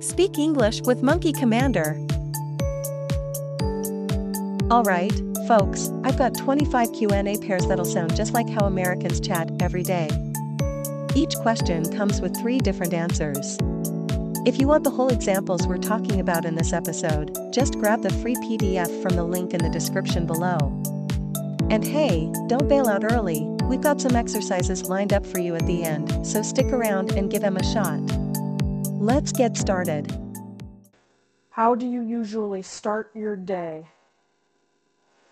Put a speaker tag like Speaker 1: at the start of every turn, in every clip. Speaker 1: Speak English with Monkey Commander. Alright, folks, I've got 25 Q&A pairs that'll sound just like how Americans chat every day. Each question comes with three different answers. If you want the whole examples we're talking about in this episode, just grab the free PDF from the link in the description below. And hey, don't bail out early, we've got some exercises lined up for you at the end, so stick around and give them a shot. Let's get started.
Speaker 2: How do you usually start your day?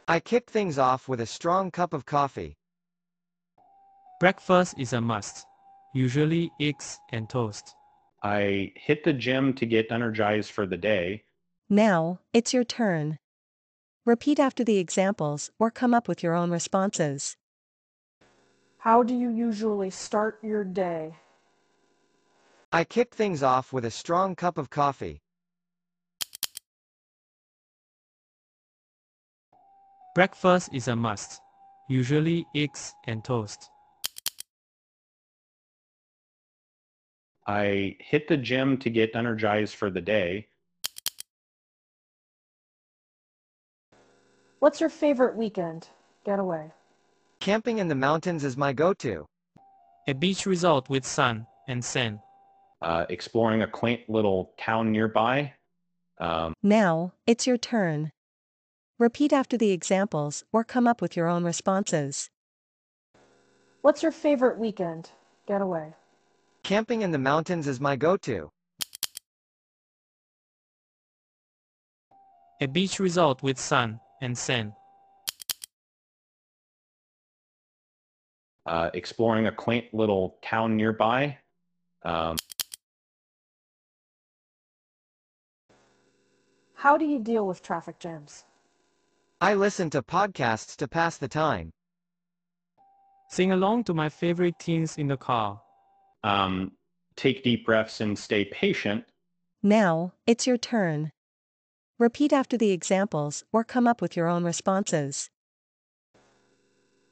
Speaker 3: I kick things off with a strong cup of coffee.
Speaker 4: Breakfast is a must, usually eggs and toast.
Speaker 5: I hit the gym to get energized for the day.
Speaker 1: Now, it's your turn. Repeat after the examples or come up with your own responses.
Speaker 2: How do you usually start your day?
Speaker 3: I kick things off with a strong cup of coffee.
Speaker 4: Breakfast is a must, usually eggs and toast.
Speaker 5: I hit the gym to get energized for the day.
Speaker 2: What's your favorite weekend getaway?
Speaker 3: Camping in the mountains is my go-to.
Speaker 4: A beach resort with sun and sand.
Speaker 5: Uh, exploring a quaint little town nearby. Um,
Speaker 1: Now, it's your turn. Repeat after the examples or come up with your own responses.
Speaker 2: What's your favorite weekend getaway?
Speaker 3: Camping in the mountains is my go-to.
Speaker 4: A beach resort with sun and sand.
Speaker 5: uh, exploring a quaint little town nearby. Um,
Speaker 2: How do you deal with traffic jams?
Speaker 3: I listen to podcasts to pass the time.
Speaker 4: Sing along to my favorite tunes in the car.
Speaker 5: um, take deep breaths and stay patient.
Speaker 1: Now, it's your turn. Repeat after the examples or come up with your own responses.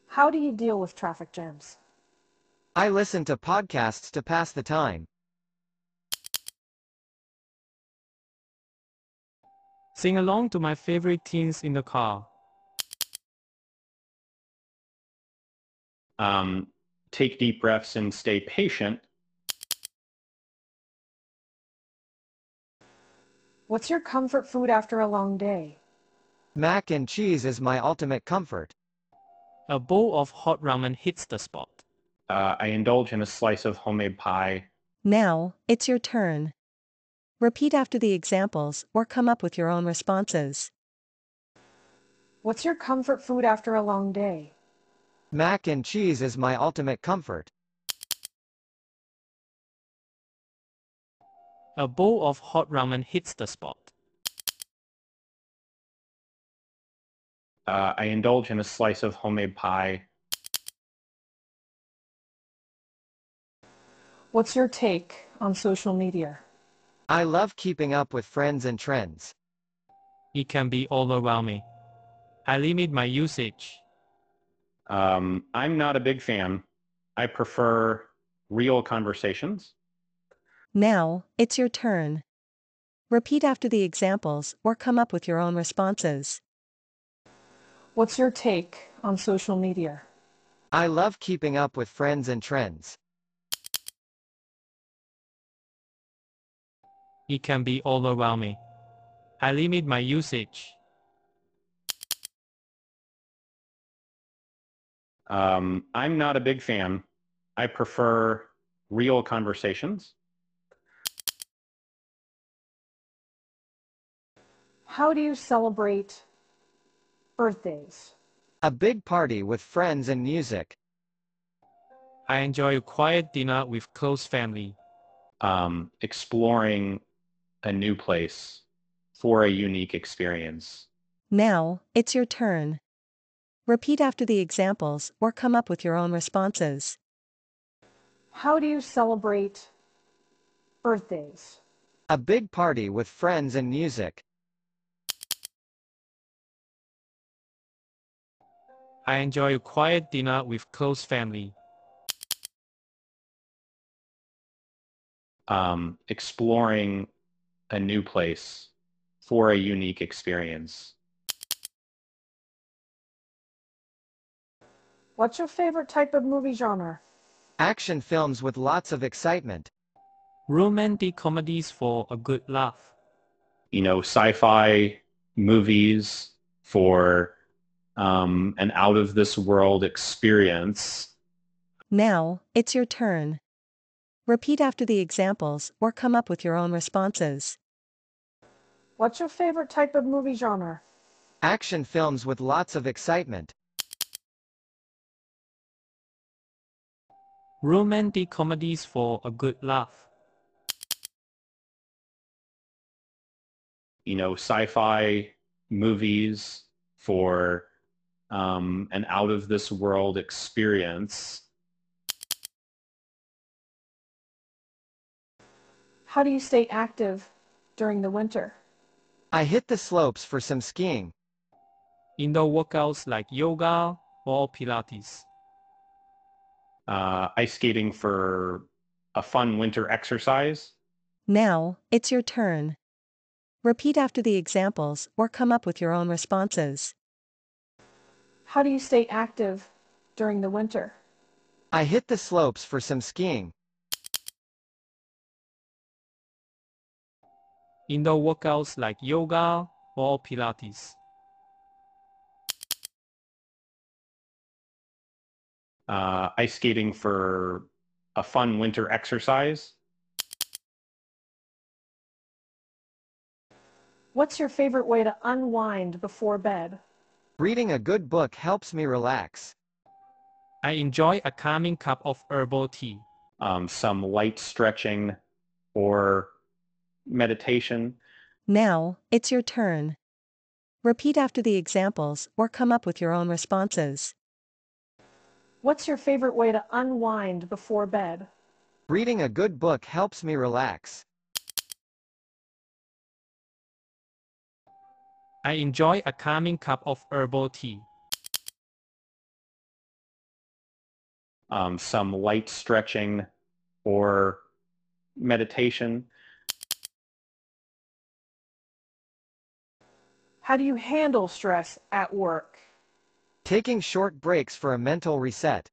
Speaker 2: How do you deal with traffic jams?
Speaker 3: I listen to podcasts to pass the time.
Speaker 4: Sing along to my favorite tunes in the car.
Speaker 5: Um, take deep breaths and stay patient.
Speaker 2: What's your comfort food after a long day?
Speaker 3: Mac and cheese is my ultimate comfort.
Speaker 4: A bowl of hot ramen hits the spot.
Speaker 5: Uh, I indulge in a slice of homemade pie.
Speaker 1: Now, it's your turn. Repeat after the examples or come up with your own responses.
Speaker 2: What's your comfort food after a long day?
Speaker 3: Mac and cheese is my ultimate comfort.
Speaker 4: A bowl of hot ramen hits the spot.
Speaker 5: Uh, I indulge in a slice of homemade pie.
Speaker 2: What's your take on social media?
Speaker 3: I love keeping up with friends and trends.
Speaker 4: It can be overwhelming. I limit my usage.
Speaker 5: Um, I'm not a big fan. I prefer real conversations.
Speaker 1: Now, it's your turn. Repeat after the examples or come up with your own responses.
Speaker 2: What's your take on social media?
Speaker 3: I love keeping up with friends and trends.
Speaker 4: It can be overwhelming. I limit my usage.
Speaker 5: Um, I'm not a big fan. I prefer real conversations.
Speaker 2: How do you celebrate birthdays?
Speaker 3: A big party with friends and music.
Speaker 4: I enjoy a quiet dinner with close family.
Speaker 5: um, exploring a new place for a unique experience.
Speaker 1: Now, it's your turn. Repeat after the examples or come up with your own responses.
Speaker 2: How do you celebrate birthdays?
Speaker 3: A big party with friends and music.
Speaker 4: I enjoy a quiet dinner with close family.
Speaker 5: Um, exploring a new place for a unique experience.
Speaker 2: What's your favorite type of movie genre?
Speaker 3: Action films with lots of excitement.
Speaker 4: Romantic comedies for a good laugh.
Speaker 5: You know, sci-fi movies for um, an out-of-this-world experience.
Speaker 1: Now, it's your turn. Repeat after the examples or come up with your own responses.
Speaker 2: What's your favorite type of movie genre?
Speaker 3: Action films with lots of excitement.
Speaker 4: Romantic comedies for a good laugh.
Speaker 5: You know, sci-fi movies for um, an out-of-this-world experience.
Speaker 2: How do you stay active during the winter?
Speaker 3: I hit the slopes for some skiing.
Speaker 4: Indoor workouts like yoga or Pilates.
Speaker 5: Uh, ice skating for a fun winter exercise.
Speaker 1: Now, it's your turn. Repeat after the examples or come up with your own responses.
Speaker 2: How do you stay active during the winter?
Speaker 3: I hit the slopes for some skiing.
Speaker 4: Indoor workouts like yoga or Pilates.
Speaker 5: Uh, ice skating for a fun winter exercise.
Speaker 2: What's your favorite way to unwind before bed?
Speaker 3: Reading a good book helps me relax.
Speaker 4: I enjoy a calming cup of herbal tea.
Speaker 5: um, some light stretching or meditation.
Speaker 1: Now, it's your turn. Repeat after the examples or come up with your own responses.
Speaker 2: What's your favorite way to unwind before bed?
Speaker 3: Reading a good book helps me relax.
Speaker 4: I enjoy a calming cup of herbal tea.
Speaker 5: um, some light stretching or meditation.
Speaker 2: How do you handle stress at work?
Speaker 3: Taking short breaks for a mental reset.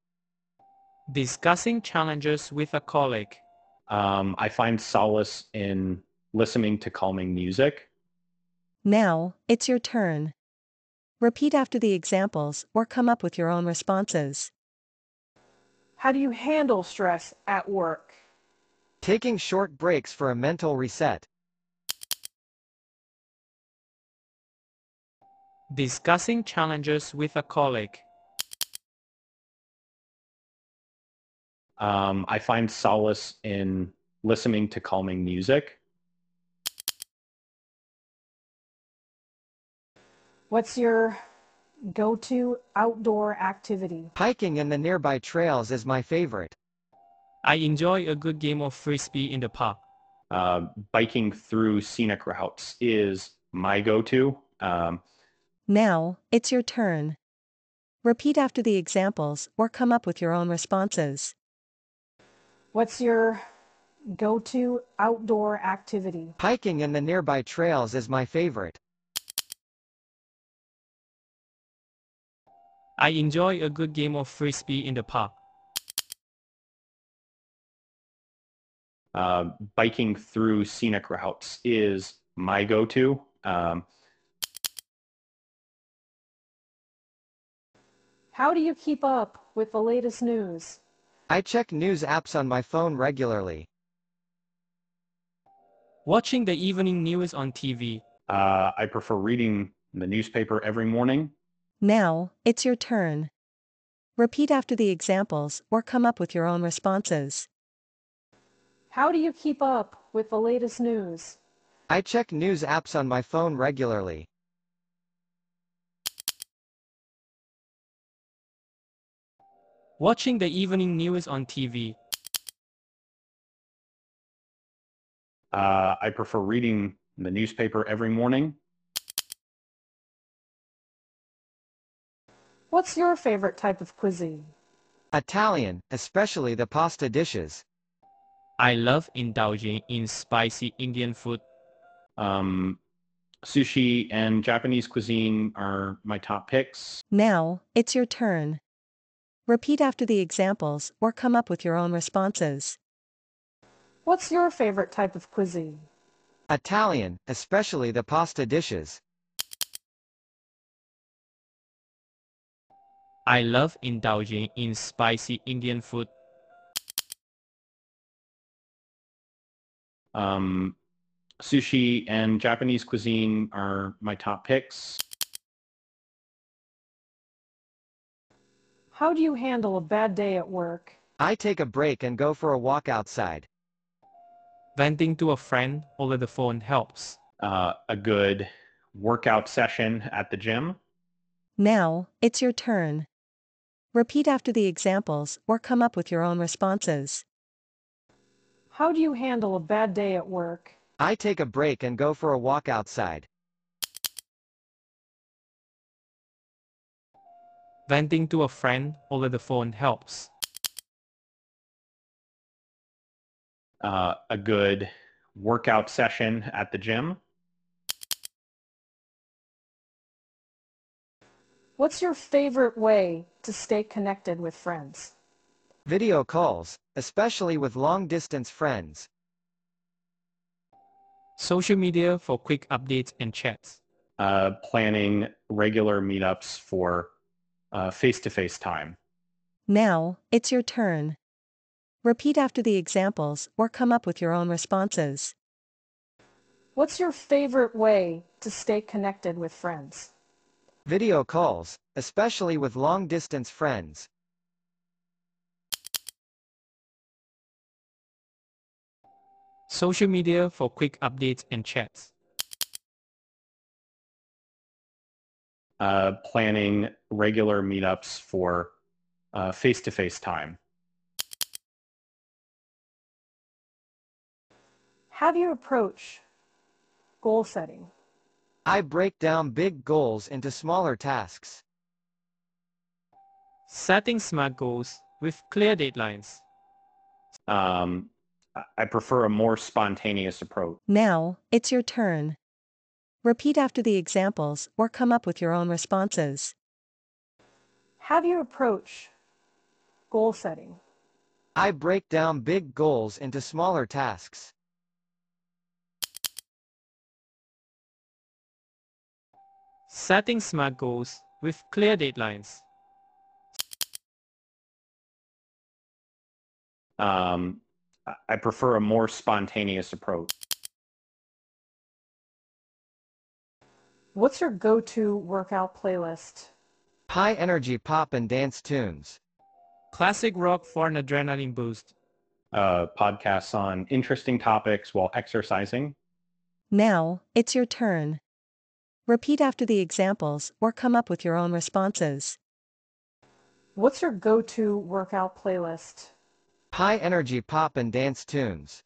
Speaker 4: Discussing challenges with a colleague.
Speaker 5: Um, I find solace in listening to calming music.
Speaker 1: Now, it's your turn. Repeat after the examples or come up with your own responses.
Speaker 2: How do you handle stress at work?
Speaker 3: Taking short breaks for a mental reset.
Speaker 4: Discussing challenges with a colleague.
Speaker 5: Um, I find solace in listening to calming music.
Speaker 2: What's your go-to outdoor activity?
Speaker 3: Hiking in the nearby trails is my favorite.
Speaker 4: I enjoy a good game of frisbee in the park.
Speaker 5: Uh, biking through scenic routes is my go-to. Um,
Speaker 1: Now, it's your turn. Repeat after the examples or come up with your own responses.
Speaker 2: What's your go-to outdoor activity?
Speaker 3: Hiking in the nearby trails is my favorite.
Speaker 4: I enjoy a good game of frisbee in the park.
Speaker 5: uh, biking through scenic routes is my go-to. Um,
Speaker 2: How do you keep up with the latest news?
Speaker 3: I check news apps on my phone regularly.
Speaker 4: Watching the evening news on TV.
Speaker 5: Uh, I prefer reading the newspaper every morning.
Speaker 1: Now, it's your turn. Repeat after the examples or come up with your own responses.
Speaker 2: How do you keep up with the latest news?
Speaker 3: I check news apps on my phone regularly.
Speaker 4: Watching the evening news on TV.
Speaker 5: Uh, I prefer reading the newspaper every morning.
Speaker 2: What's your favorite type of cuisine?
Speaker 3: Italian, especially the pasta dishes.
Speaker 4: I love indulging in spicy Indian food.
Speaker 5: Um, sushi and Japanese cuisine are my top picks.
Speaker 1: Now, it's your turn. Repeat after the examples or come up with your own responses.
Speaker 2: What's your favorite type of cuisine?
Speaker 3: Italian, especially the pasta dishes.
Speaker 4: I love indulging in spicy Indian food.
Speaker 5: Um, sushi and Japanese cuisine are my top picks.
Speaker 2: How do you handle a bad day at work?
Speaker 3: I take a break and go for a walk outside.
Speaker 4: Venting to a friend over the phone helps.
Speaker 5: Uh, a good workout session at the gym.
Speaker 1: Now, it's your turn. Repeat after the examples or come up with your own responses.
Speaker 2: How do you handle a bad day at work?
Speaker 3: I take a break and go for a walk outside.
Speaker 4: Venting to a friend over the phone helps.
Speaker 5: Uh, a good workout session at the gym.
Speaker 2: What's your favorite way to stay connected with friends?
Speaker 3: Video calls, especially with long-distance friends.
Speaker 4: Social media for quick updates and chats.
Speaker 5: Uh, planning regular meetups for uh, face-to-face time.
Speaker 1: Now, it's your turn. Repeat after the examples or come up with your own responses.
Speaker 2: What's your favorite way to stay connected with friends?
Speaker 3: Video calls, especially with long-distance friends.
Speaker 4: Social media for quick updates and chats.
Speaker 5: Uh, planning regular meetups for uh, face-to-face time.
Speaker 2: How do you approach goal setting?
Speaker 3: I break down big goals into smaller tasks.
Speaker 4: Setting smart goals with clear deadlines.
Speaker 5: Um, I- I prefer a more spontaneous approach.
Speaker 1: Now, it's your turn. Repeat after the examples or come up with your own responses.
Speaker 2: How do you approach goal setting?
Speaker 3: I break down big goals into smaller tasks.
Speaker 4: Setting smart goals with clear deadlines.
Speaker 5: Um, I- I prefer a more spontaneous approach.
Speaker 2: What's your go-to workout playlist?
Speaker 3: High-energy pop and dance tunes.
Speaker 4: Classic rock for an adrenaline boost.
Speaker 5: Uh, podcasts on interesting topics while exercising.
Speaker 1: Now, it's your turn. Repeat after the examples or come up with your own responses.
Speaker 2: What's your go-to workout playlist?
Speaker 3: High-energy pop and dance tunes.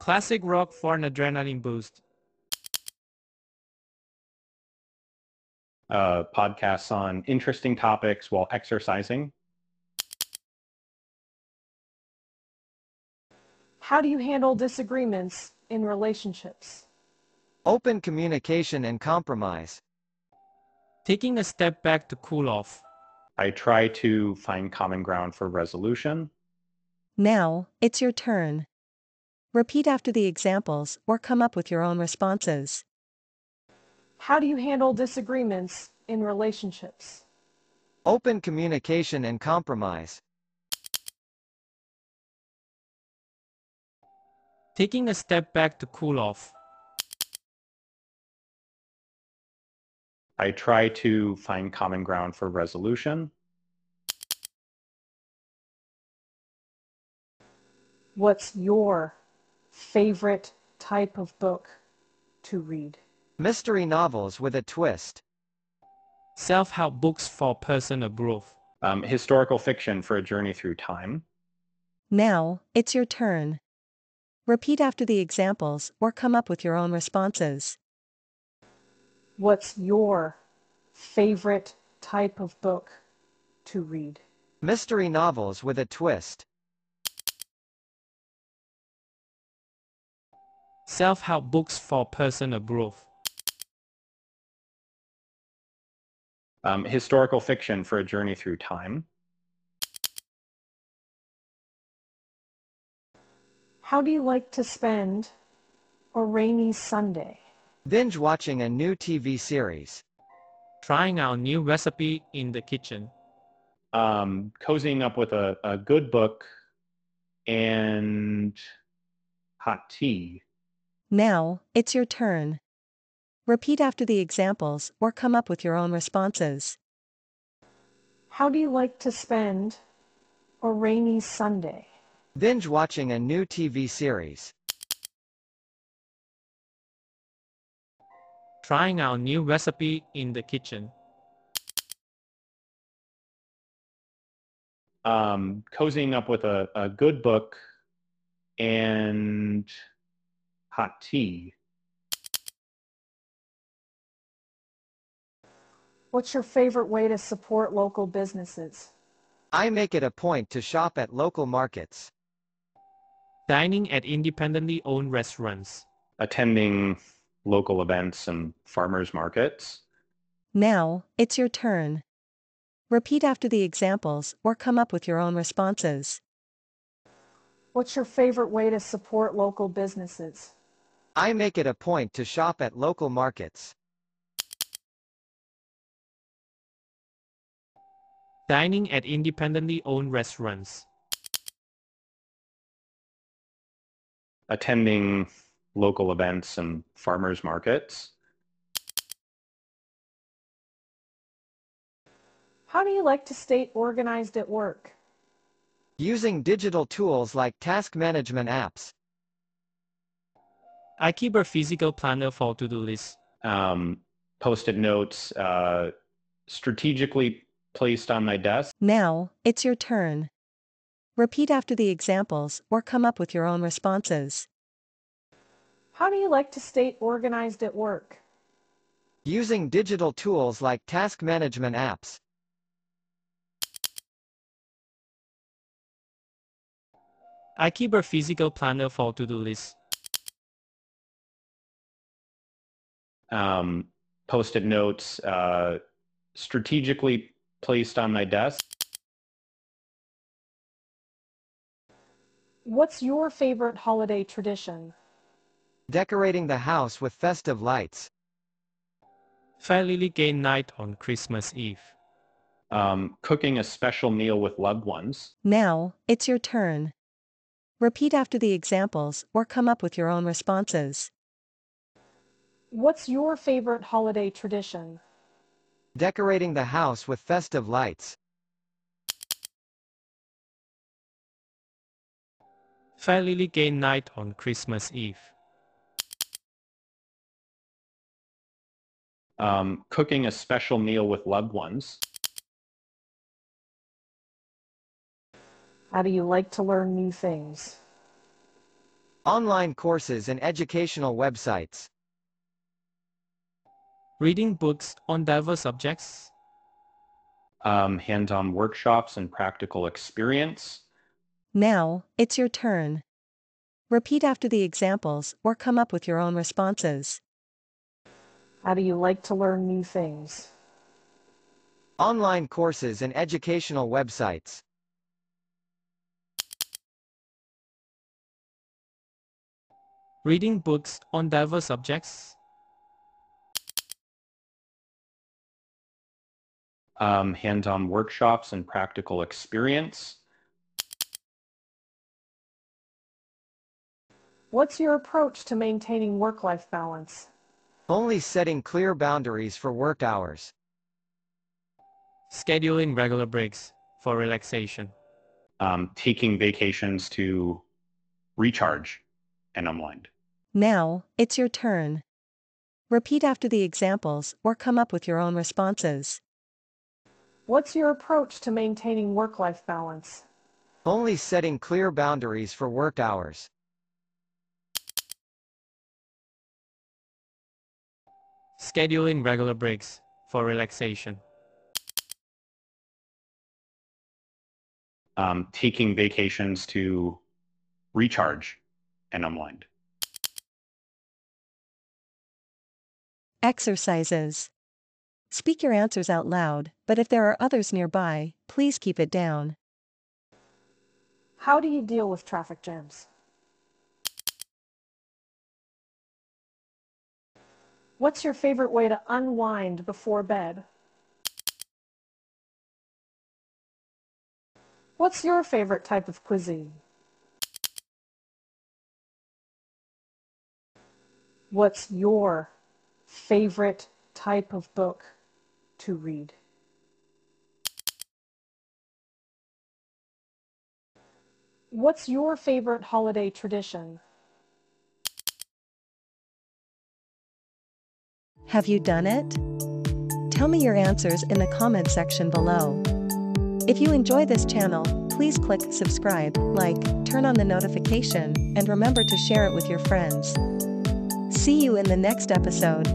Speaker 4: Classic rock for an adrenaline boost.
Speaker 5: Uh, podcasts on interesting topics while exercising.
Speaker 2: How do you handle disagreements in relationships?
Speaker 3: Open communication and compromise.
Speaker 4: Taking a step back to cool off.
Speaker 5: I try to find common ground for resolution.
Speaker 1: Now, it's your turn. Repeat after the examples or come up with your own responses.
Speaker 2: How do you handle disagreements in relationships?
Speaker 3: Open communication and compromise.
Speaker 4: Taking a step back to cool off.
Speaker 5: I try to find common ground for resolution.
Speaker 2: What's your favorite type of book to read?
Speaker 3: Mystery novels with a twist.
Speaker 4: Self-help books for personal growth.
Speaker 5: Um, historical fiction for a journey through time.
Speaker 1: Now, it's your turn. Repeat after the examples or come up with your own responses.
Speaker 2: What's your favorite type of book to read?
Speaker 3: Mystery novels with a twist.
Speaker 4: Self-help books for personal growth.
Speaker 5: Um, historical fiction for a journey through time.
Speaker 2: How do you like to spend a rainy Sunday?
Speaker 3: Binge watching a new TV series.
Speaker 4: Trying out new recipe in the kitchen.
Speaker 5: um, cozying up with a, a good book and hot tea.
Speaker 1: Now, it's your turn. Repeat after the examples or come up with your own responses.
Speaker 2: How do you like to spend a rainy Sunday?
Speaker 3: Binge watching a new TV series.
Speaker 4: Trying out new recipe in the kitchen.
Speaker 5: Um, cozying up with a, a good book and hot tea.
Speaker 2: What's your favorite way to support local businesses?
Speaker 3: I make it a point to shop at local markets.
Speaker 4: Dining at independently owned restaurants.
Speaker 5: Attending local events and farmers markets.
Speaker 1: Now, it's your turn. Repeat after the examples or come up with your own responses.
Speaker 2: What's your favorite way to support local businesses?
Speaker 3: I make it a point to shop at local markets.
Speaker 4: Dining at independently owned restaurants.
Speaker 5: Attending local events and farmers markets.
Speaker 2: How do you like to stay organized at work?
Speaker 3: Using digital tools like task management apps.
Speaker 4: I keep a physical planner for to-do list.
Speaker 5: Um, Post-it notes uh, strategically placed on my desk.
Speaker 1: Now, it's your turn. Repeat after the examples or come up with your own responses.
Speaker 2: How do you like to stay organized at work?
Speaker 3: Using digital tools like task management apps.
Speaker 4: I keep a physical planner for to-do list.
Speaker 5: um, post-it notes uh, strategically placed on my desk.
Speaker 2: What's your favorite holiday tradition?
Speaker 3: Decorating the house with festive lights.
Speaker 4: Family gay night on Christmas Eve.
Speaker 5: Um, cooking a special meal with loved ones.
Speaker 1: Now, it's your turn. Repeat after the examples or come up with your own responses.
Speaker 2: What's your favorite holiday tradition?
Speaker 3: Decorating the house with festive lights.
Speaker 4: Family gay night on Christmas Eve.
Speaker 5: Um, cooking a special meal with loved ones.
Speaker 2: How do you like to learn new things?
Speaker 3: Online courses and educational websites.
Speaker 4: Reading books on diverse subjects.
Speaker 5: Um, hands-on workshops and practical experience.
Speaker 1: Now, it's your turn. Repeat after the examples or come up with your own responses.
Speaker 2: How do you like to learn new things?
Speaker 3: Online courses and educational websites.
Speaker 4: Reading books on diverse subjects.
Speaker 5: Um, hands-on workshops and practical experience.
Speaker 2: What's your approach to maintaining work-life balance?
Speaker 3: Only setting clear boundaries for work hours.
Speaker 4: Scheduling regular breaks for relaxation.
Speaker 5: Um, taking vacations to recharge and unwind.
Speaker 1: Now, it's your turn. Repeat after the examples or come up with your own responses.
Speaker 2: What's your approach to maintaining work-life balance?
Speaker 3: Only setting clear boundaries for work hours.
Speaker 4: Scheduling regular breaks for relaxation.
Speaker 5: um, taking vacations to recharge and unwind.
Speaker 1: Exercises. Speak your answers out loud, but if there are others nearby, please keep it down.
Speaker 2: How do you deal with traffic jams? What's your favorite way to unwind before bed? What's your favorite type of cuisine? What's your favorite type of book to read? What's your favorite holiday tradition?
Speaker 1: Have you done it? Tell me your answers in the comment section below. If you enjoy this channel, please click subscribe, like, turn on the notification, and remember to share it with your friends. See you in the next episode.